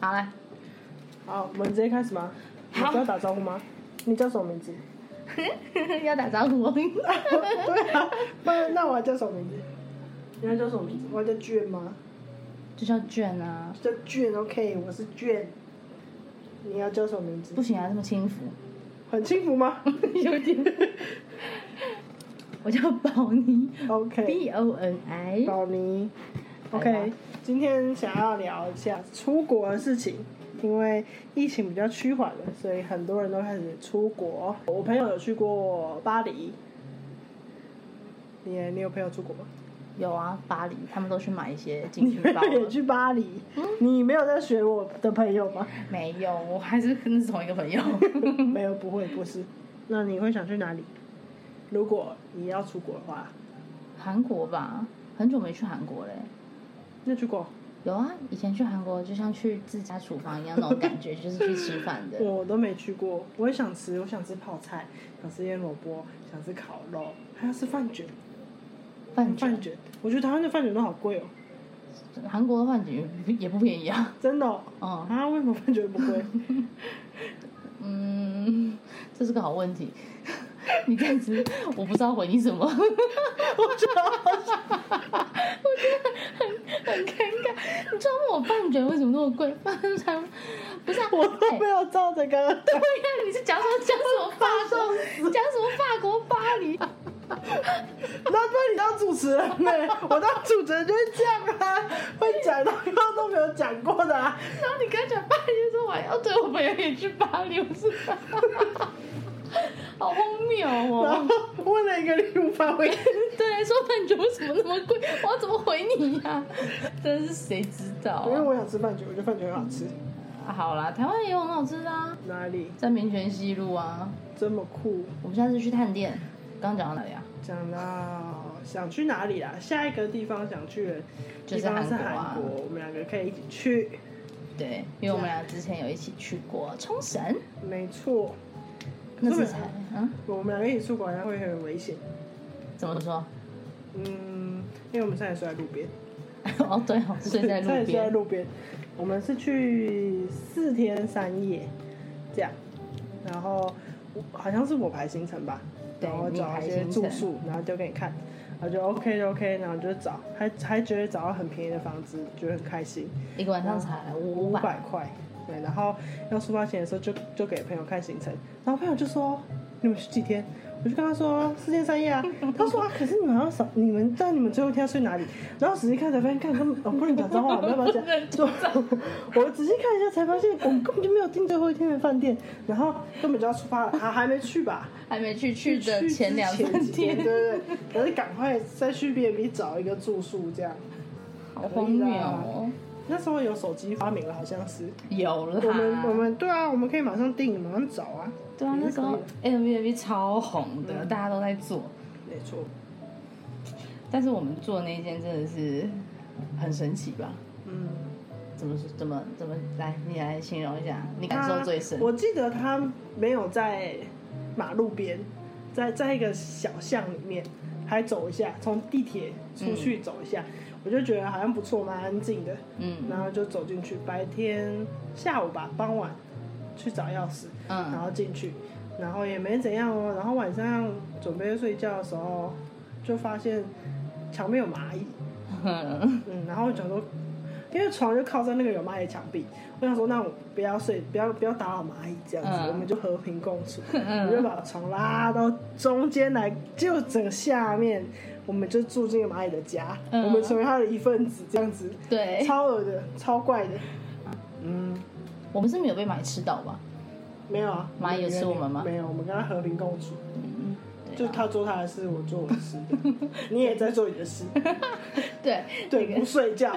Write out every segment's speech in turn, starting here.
好了， 好，我们直接开始吗？你好不要打招呼吗？你叫什么 名字？要打招 呼。对啊，不然那我要叫什么名字？你要叫什么名字？我要叫卷吗？就叫卷啊，叫卷，OK，我是卷。你要叫什么名字不？行啊，这么轻浮，很幸福 吗 有点。我叫宝妮？OK， ，B O N I。宝妮来，OK，吧今天想要聊一下出国的事情。因为疫情比较趋缓了，所以很多人都开始出国。我朋友有去过巴黎，你你有朋友出国吗？有啊，巴黎，他们都去买一些进 去包也了。嗯去巴黎，你没有在学我的朋友 吗？没有，我还是跟同一个 朋友。没有，不会，不是。那你会想去哪里？如果你要出国的话，韩国吧，很久没去韩国嘞。你有去过？有啊，以前去韩国就像去自家厨房一样那种感觉，就是去吃饭 的。我都没去过，我也想吃，我想吃泡菜，想吃腌萝卜，想吃烤肉，还要吃饭卷。饭卷饭卷，我觉得台湾的饭卷都好贵哦，韩国的饭卷也不便宜啊。真的、哦。嗯啊，为什么饭卷不 贵？嗯，这是个好问题。 你这样子，我不知道回你什么。 我觉得，我觉得很很尴尬。你知道我饭卷为什么那么贵？饭才 不是、啊、我都哎没有照着刚刚讲。对呀，你是讲什么讲什么法国，讲什么法国巴黎？那不然你当主持人呢、 我当主持人就是这样啊，会讲到刚刚都没有讲过的、啊。然后你刚讲巴黎的时候，我还要对我朋友也去巴黎，我是， 好荒谬然哦！后问了一个礼物发挥，对，说饭卷为什么那么贵？我要怎么回你呀、 真是谁知道 因为啊、我想吃饭卷，我觉得饭卷很好吃。啊好啦，台湾也有很好吃的啊，哪里在民权西路啊。这么酷？我们下次去探店，刚刚讲到哪里啊？讲到想去哪里啦？下一个地方想去的就地是方是韩国啊韩国，我们两个可以一起去。对，因为我们俩之前有一起去过冲绳，没错，那次才嗯，我们两个一起出国好像会很危险。怎么说？ 嗯，因为我们现在睡在路边，哦，对哦， 睡在路差点睡在边，路边。我们是去四天三夜这样，然后我好像是我排行程吧，对然后你找排一些行住程宿，然后丢给你看，然后就 OK 就 OK，然后就找，还还觉得找到很便宜的房子，觉得很开心，一个晚上才五嗯五百，百块。对，然后要出发前的时候就就给朋友看行程，然后朋友就说你们去几天？我就跟他说四天三夜 啊。他说啊，可是你们要少，你们但你们最后一天要睡哪里？然后仔细看才发现，看根本、哦、不能讲脏话，不要不要讲。就我仔细看一下才发现，我们根本就没有订最后一天的饭店，然后根本就要出发了，还、还没去吧？还没去去的去之前两三几对天，对对，可是赶快再去 B B 找一个住宿这样。好荒谬啊哦！那时候有手机发明了，好像是。有啦，我们我们对啊，我们可以马上订，马上找啊。对啊，那时候 Airbnb 超红的，嗯大家都在做，没错，但是我们做的那一间真的是很神奇吧？嗯，怎么怎么怎么来？你来形容一下，你感受最深它。我记得他没有在马路边，在在一个小巷里面，还走一下，从地铁出去走一下，我就觉得好像不错，蛮安静的。嗯然后就走进去，白天下午吧，傍晚去找钥匙，然嗯，后进去，然后也没怎样哦。然后晚上准备睡觉的时候，就发现墙面有蚂蚁。嗯，然后我想说，因为床就靠在那个有蚂蚁的墙壁，我想说，那我不要睡，不要不要打扰蚂蚁这样子，嗯我们就和平共处。我就把床拉到中间来，就整个下面，我们就住进了蚂蚁的家，嗯哎我们成为它的一份子，这样子，对，超恶的，超怪的。嗯，我们是没有被蚂蚁吃到吧？没有啊，蚂蚁有吃我们吗没有，我们跟它和平共处，嗯，对就啊它做它的事，我做我的事， 你也在做你的事，对，对，不睡觉，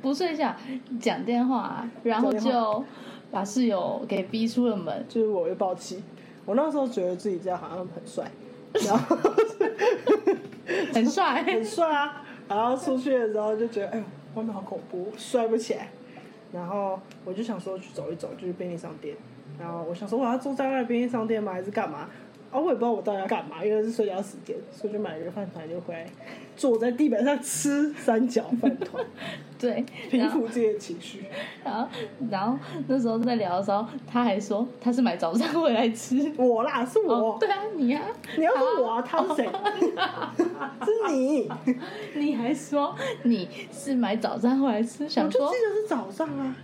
不睡觉，讲电话，然后就把室友给逼出了 门。就是我又爆气。我那时候觉得自己这样好像很帅，然后很帅，很帅啊，然后出去的时候就觉得，哎呦，外面好恐怖，帅不起来。然后我就想说去走一走，就去便利商店。然后我想说我要住在那个便利商店吗？还是干嘛？啊，我也不知道我到底要干嘛，因为是睡觉时间，所以就买了个饭团就回来，坐在地板上吃三角饭团，对， 平然后复自己的情绪。然后然后那时候在聊的时候，他还说他是买早餐回来吃。我啦，是我，哦，对啊，你啊，你要说我啊，他是谁？是你，你还说你是买早餐回来吃，我就想记说得是早上啊，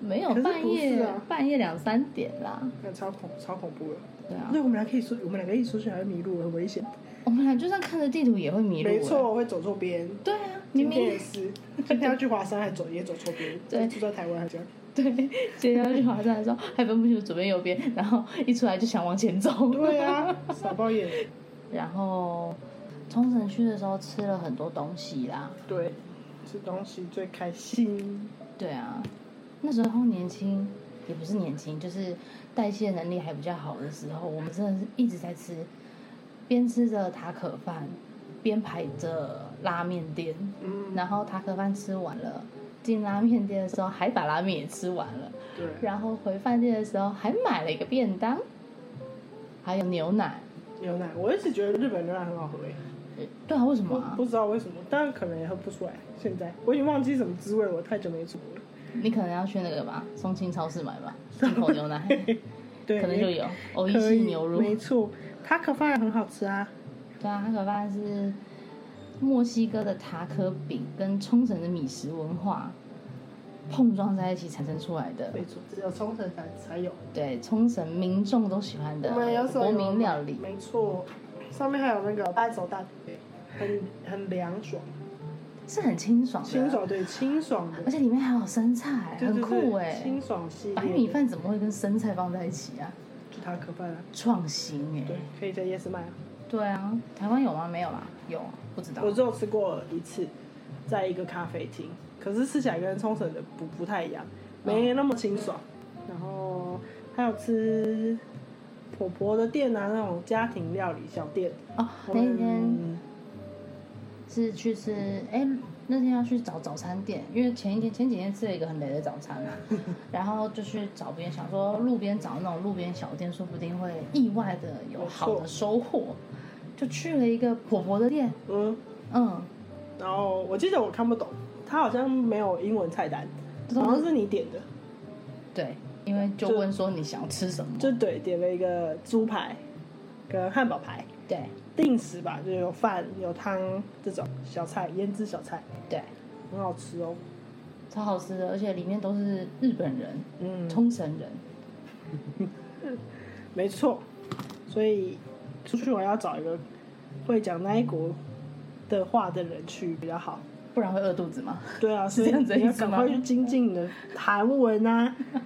没有可是半不是夜、啊半夜两三点啦，那超恐超恐怖的。对啊，对，我们俩可以说，我们两个一起出去还会迷路，很危险。我们俩就算看着地图也会迷路、欸，没错，我会走错边。对啊，明今天也明是，今天要去华山还走也走错边，对住在台湾还这样。 对，今天要去华山的时候还分不清楚左边右边，然后一出来就想往前走。对啊，傻包眼。 然后冲绳去的时候吃了很多东西啦， 对，吃东西最开心。对啊，那时候年轻也不是年轻，就是代谢能力还比较好的时候，我们真的是一直在吃，边吃着塔可饭，边排着拉面店，嗯，然后塔可饭吃完了。进拉面店的时候，还把拉面也吃完了，对，然后回饭店的时候还买了一个便当，还有牛奶。牛奶，我一直觉得日本牛奶很好喝欸诶，呃对啊，为什么不啊？不知道为什么，但可能也喝不出来。现在我已经忘记什么滋味了，我太久没出国了。你可能要去那个吧，松青超市买吧，进口牛奶 对，可能就有欧一可系以牛乳。没错，塔可饭很好吃啊。对啊，它可怕的是墨西哥的塔可饼跟冲绳的米食文化碰撞在一起产生出来的。没错，只有冲绳才才有。对，冲绳民众都喜欢的我们有手国摇民料理。没错，上面还有那个爱手大腿，很很凉爽，是很清爽的，哦啊清，爽对清爽的而，且里面还有生菜，对很对对酷哎清。爽系列的白米饭怎么会跟生菜放在一起啊？就塔可饭啊，创新对哎。，可以在夜市卖啊。对啊，台湾有吗？没有啦，有不知道我。只有吃过一次，在一个咖啡厅，可是吃起来跟冲绳的不不太一样，没那么清爽。然后还有吃婆婆的店啊，那种家庭料理小店。嗯哦，我那一天们是去吃，哎、那天要去找早餐店，因为前一天前几天吃了一个很雷的早餐 啊，然后就去找别人，想说路边找那种路边小店，说不定会意外的有好的收获，就去了一个婆婆的店，嗯，嗯，然后我记得我看不懂，它好像没有英文菜单，就是好像是你点的，对，因为就就问说你想吃什么，就对，点了一个猪排跟汉堡排，对定时吧，就有饭有汤这种小菜，腌制小菜，对，很好吃哦。超好吃的，而且里面都是日本人、嗯，冲绳人，没错，所以出去玩要找一个会讲那一国的话的人去比较好。不然会饿肚子吗？ 对啊，是这所以样子的你要意思赶吗快去精进你的韩文啊，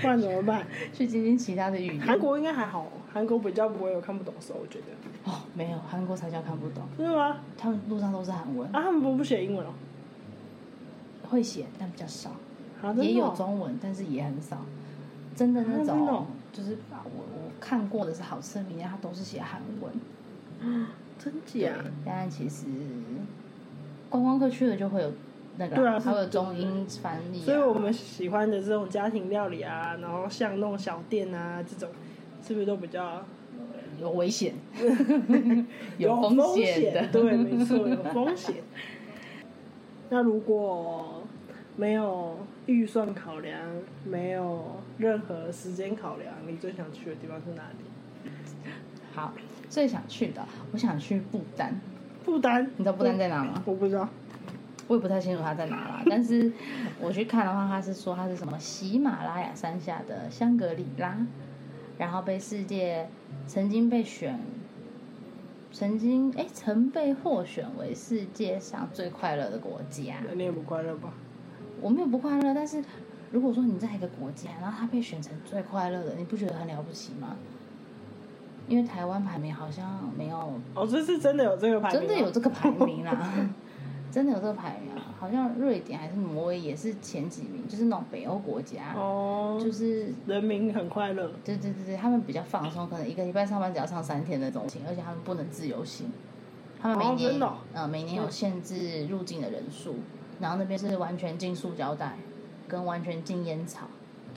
不然怎么办？去接近其他的语韩言。国应该还好，韩国比较不会有看不懂的时候，我觉得。哦，没有，韩国才叫看不懂，真的吗？他们路上都是韩文，啊，他们不不写英文哦？会写但比较少。啊，真的哦也有中文，但是也很少。真的那啊真的种哦，就是把我我看过的是好吃的名店，它都是写韩文。真对假？，但其实观光客去了就会有那个啦，对啊是还会有中英翻译啊、所以我们喜欢的这种家庭料理啊，然后像那种小店啊这种，是不是都比较有危 险，风风险的。对，没错，有风险。那如果没有预算考量，没有任何时间考量，你最想去的地方是哪里？好，最想去的，我想去不丹。不丹，你知道不丹在哪吗？我不知道。我也不太清楚它在哪啦，但是我去看的话，它是说它是什么喜马拉雅山下的香格里拉，然后被世界曾经被选，曾经哎曾被获选为世界上最快乐的国家。那你也不快乐吧？我没有不快乐，但是如果说你在一个国家，然后它被选成最快乐的，你不觉得很了不起吗？因为台湾排名好像没有哦，这是真的有这个排名真吗， 的有这个排名啦，真的有这个排名啊！好像瑞典还是挪威也是前几名，就是那种北欧国家，哦，啊就是人民很快乐。对对对对，他们比较放松，可能一个礼拜上班只要上三天那种而且他们不能自由行，他们每哦年、真的哦呃每年有限制入境的人数，然后那边是完全禁塑胶袋，跟完全禁烟草，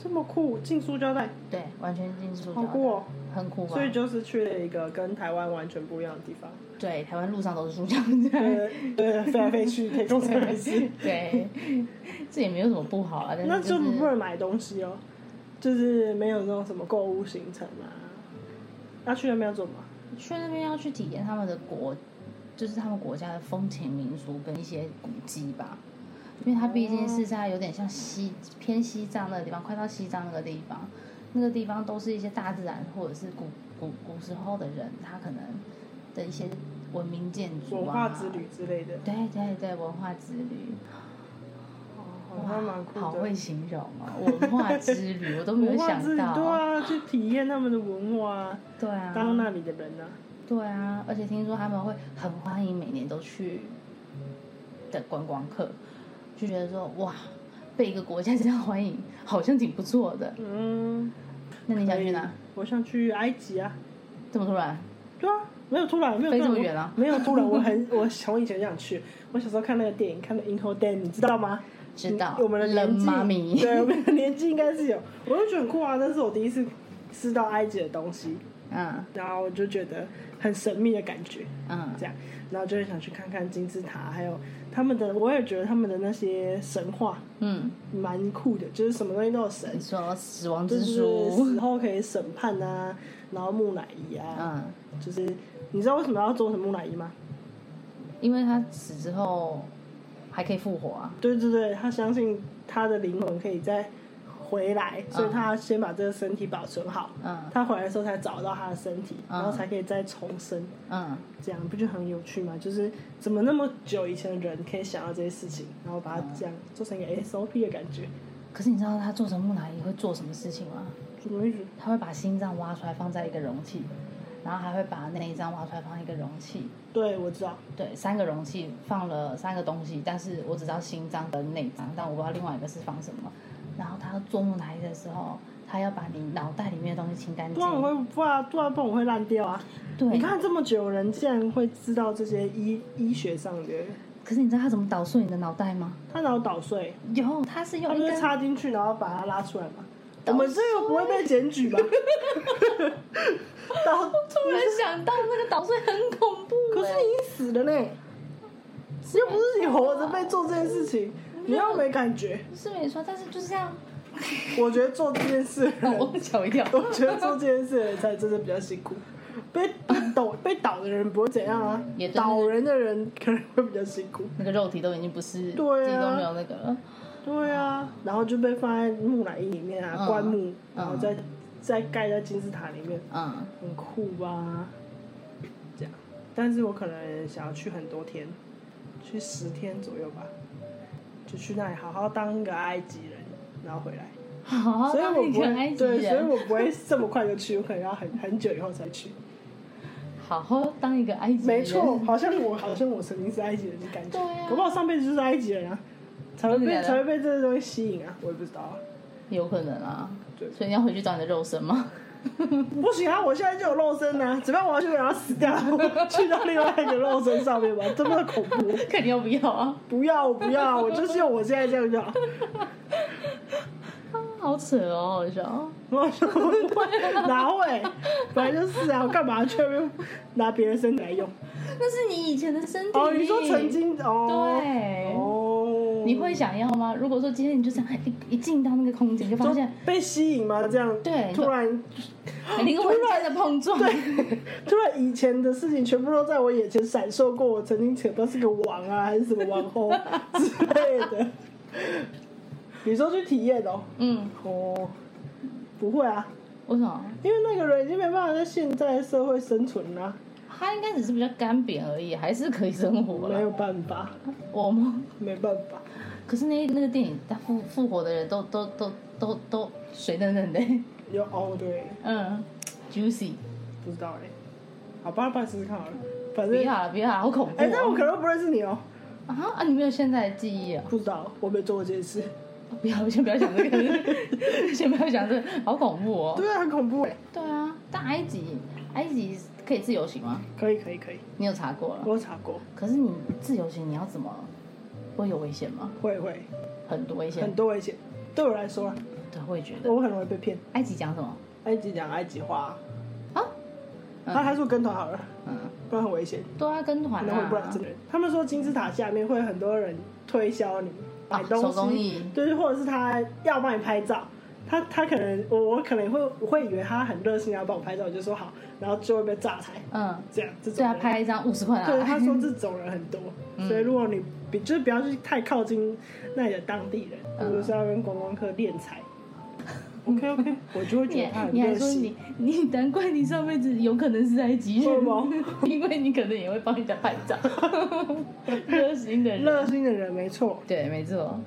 这么酷，禁塑胶袋，对，完全禁止塑胶好袋，酷哦！很酷吧？啊所以就是去了一个跟台湾完全不一样的地 方，对，台湾路上都是塑胶袋，对对，飞来飞去，可以共存没事。对， 这也没有什么不好啊，但是那就是不能买东西哦，就是没有那种什么购物行程啊。那、去那边要做嘛？去那边要去体验他们的国，就是他们国家的风情民俗跟一些古迹吧，因为它毕竟是在有点像西偏西藏那个地方，快到西藏那个地方，那个地方都是一些大自然或者是古古古时候的人，他可能的一些文明建筑、啊、文化之旅，之类的，对对对，文化之旅，哦好像哇蛮，酷好的会。形容哦，文化之旅，我都没有文化之想旅，到，对啊，去体验他们的文化啊，对啊，当那里的人啊。对啊，而且听说他们会很欢迎每年都去的观光客，就觉得说哇，被一个国家这样欢迎，好像挺不错的。嗯，那你想去哪？我想去埃及啊。这么突然？对啊，没有突然，没有飞突然这么我远啊没有突然，我很我从以前就想去。我小时候看那个电影，看的《Inco Dan》，你知道吗？知道嗯我们的年冷纪妈咪对，我们的年纪应该是有，我就觉得很酷啊！那是我第一次吃到埃及的东西，嗯然后我就觉得很神秘的感觉，嗯这样，然后就很想去看看金字塔，还有他们的，我也觉得他们的那些神话嗯，蛮酷的，就是什么东西都有神你，说死亡就之是嗯书死，后可以审判啊，然后木乃伊啊，嗯，就是你知道为什么要做成木乃伊吗？因为他死之后还可以复活啊，对对对，他相信他的灵魂可以再回来，所以他先把这个身体保存好。嗯他回来的时候才找到他的身体，嗯然后才可以再重生，嗯，这样不就很有趣吗？就是怎么那么久以前的人可以想到这些事情，然后把它这样做成一嗯个 SOP 的感觉，可是你知道他做成木乃伊会做什么事情吗？什么意思？他会把心脏挖出来放在一个容器，然后还会把内脏挖出来放一个容器，对，我知道，对，三个容器放了三个东西，但是我只知道心脏跟内脏，但我不知道另外一个是放什么。然后他要做木乃伊的时候，他要把你脑袋里面的东西清干不净然。我会不然不然不然我会烂掉啊！你嗯对，看这么久，人竟然会知道这些医医学上的，可是你知道他怎么捣碎你的脑袋吗？他脑捣碎，有，他是他用不一是根，插进去，然后把它拉出来吗？我捣们这个不会被检 举吧？ 导，突然想到那个捣碎很恐怖、可是你已经死了呢，又不是你活着被做这件事情，你又没感觉。你是没错，但是就是这样，我觉得做这件事的人，我吓我一跳。 我觉得做这件事的人才真的比较辛苦。被被倒被倒的人不会怎样啊也，对倒人的人可能会比较辛苦。那个肉体都已经不是，对啊自己都没有那个了。对啊，然后就被放在木乃伊里面啊，嗯棺木嗯，然后再再盖在金字塔里面。嗯，很酷吧？这样，但是我可能想要去很多天，去十天左右吧，就去那里好好当个埃及人，然后回来。好，所以我那你不可爱会极对，所以人。我不会这么快就去，我可能要很很久以后才去。好好当一个埃及人，没错，好像我好像我曾经是埃及人的感觉，对啊搞不好上辈子就是埃及人啊，才会真的被假的才会被这些东西吸引啊，我也不知道啊。有可能啊。对所以你要回去找你的肉身吗？ 不行啊！我现在就有肉身啊，怎么样？我要去让它死掉， 去到另外一个肉身上面吧，这么恐怖！肯定要不要啊！不要不要，我就是要我现在这样就 好。啊好扯哦，好笑。我说不会哪会，本来就是啊，我干嘛去那边拿别人身体来 用？那是你以前的身体。哦，你说曾经哦，对哦，你会想要吗？如果说今天你就这样一一进到那个空间，就发就现哎被吸引吗？这样对突然灵魂间的碰撞， 突然以前的事情全部都在我眼前闪烁过，我曾经扯到是个王啊，还是什么王后之类 的。你说去体验哦？嗯，哦，不会啊，为什么？因为那个人已经没办法在现在的社会生存了、啊他应该只是比较干瘪而已，还是可以生活没了。有办法，我们没办法。可是那那个电影，他复复活的人都都都都都水嫩嫩的，有哦，对，嗯，juicy。不知道哎、好吧，不然试试看好了，反别正好了，别好了，好恐怖、哎、但我哦可能不认识你哦，啊啊！你没有现在的记忆啊？不知道，我没做过这件事。不要，先不要想这个，先不要想这个，好恐怖哦。对啊，很恐怖哎、对啊，但埃及，埃及可以自由行吗？可以可以可以，你有查过了？我查过，可是你自由行，你要怎么？会有危险吗？会会很多危险很。多危险，对我来说啊，对，我也觉得。我很容易被骗。埃及讲什么？埃及讲埃及话，啊？他还说跟团好了，嗯，不然很危险，都要跟可团能会不然啊真。的。他们说金字塔下面会有很多人推销你买啊，东西，手工艺，对，或者是他要帮你拍照，他他可能我我可能会我会以为他很热心要帮我拍照，我就说好，然后就会被榨财，嗯，这样这种对啊，人拍一张五十块啊。对，他说这种人很多， 嗯所以如果你比就是不要去太靠近那里的当地人，嗯我就是要跟观光客 练财。OK OK，我就会觉你得他很你还热说心。你你难怪你上辈子有可能是埃及为什人么， 因为你可能也会帮人家拍照， 热心的人。热心的人没错。对，没错，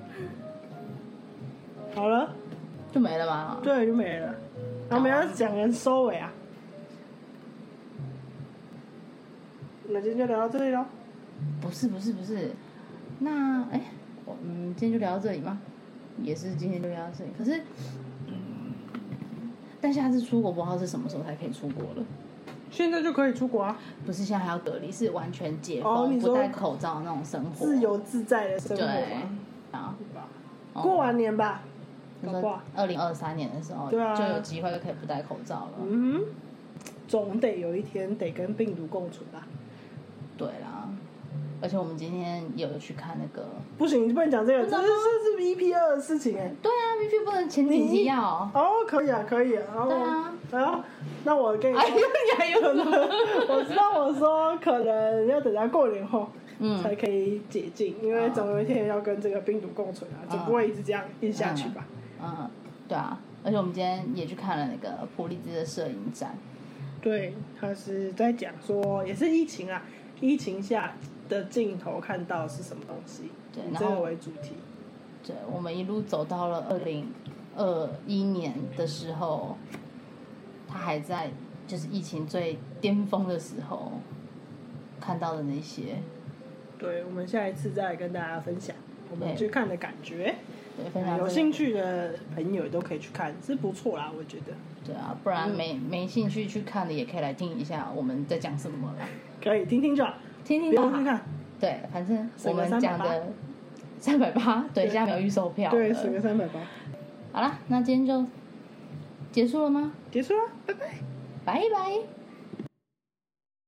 好了，就没了吧？对，就没了。然后我们要讲人收尾啊。那今天就聊到这里喽。不是不是不是，那哎，我们今天就聊到这里吗？也是今天就聊到这里，可是，嗯但下次出国不知道是什么时候才可以出国了。现在就可以出国啊，不是现在还要隔离，是完全解封、哦你说不戴口罩那种生活。自由自在的生活对嘛。啊，哦过完年吧，你搞不说好二零二三年的时候，对啊就有机会可以不戴口罩了。嗯，总得有一天得跟病毒共存吧。对啦，而且我们今天有去看那个，不行，你不能讲这个，不这能啊是吗这是 EP 二的事情哎、对啊必须不能前景提要哦。哦，可以啊，可以啊。对啊。然后，那我跟你哎呀，说，你还有什么？ 我知道我说可能要等到过年后才嗯，啊可以解禁，因为总有一天要跟这个病毒共存啊，嗯总不会一直这样一直下去吧？嗯，对啊，而且我们今天也去看了那个普利兹的摄影展。对，他是在讲说，也是疫情啊，疫情下的镜头看到是什么东西，对以然这后个为主题。对，我们一路走到了二零二一年的时候，他还在就是疫情最巅峰的时候看到的那些，对，我们下一次再跟大家分享我们对去看的感觉。对，非常哎有真的兴趣的朋友都可以去看，是不错啦，我觉得对啊，不然没嗯没兴趣去看的也可以来听一下我们在讲什么啦，可以听听就好，听不听就用去好。看，对，反正我省个们讲的 三百八，对，现在没有预售票了。对，省个三百八，好啦，那今天就结束了吗？结束了，拜拜。拜拜。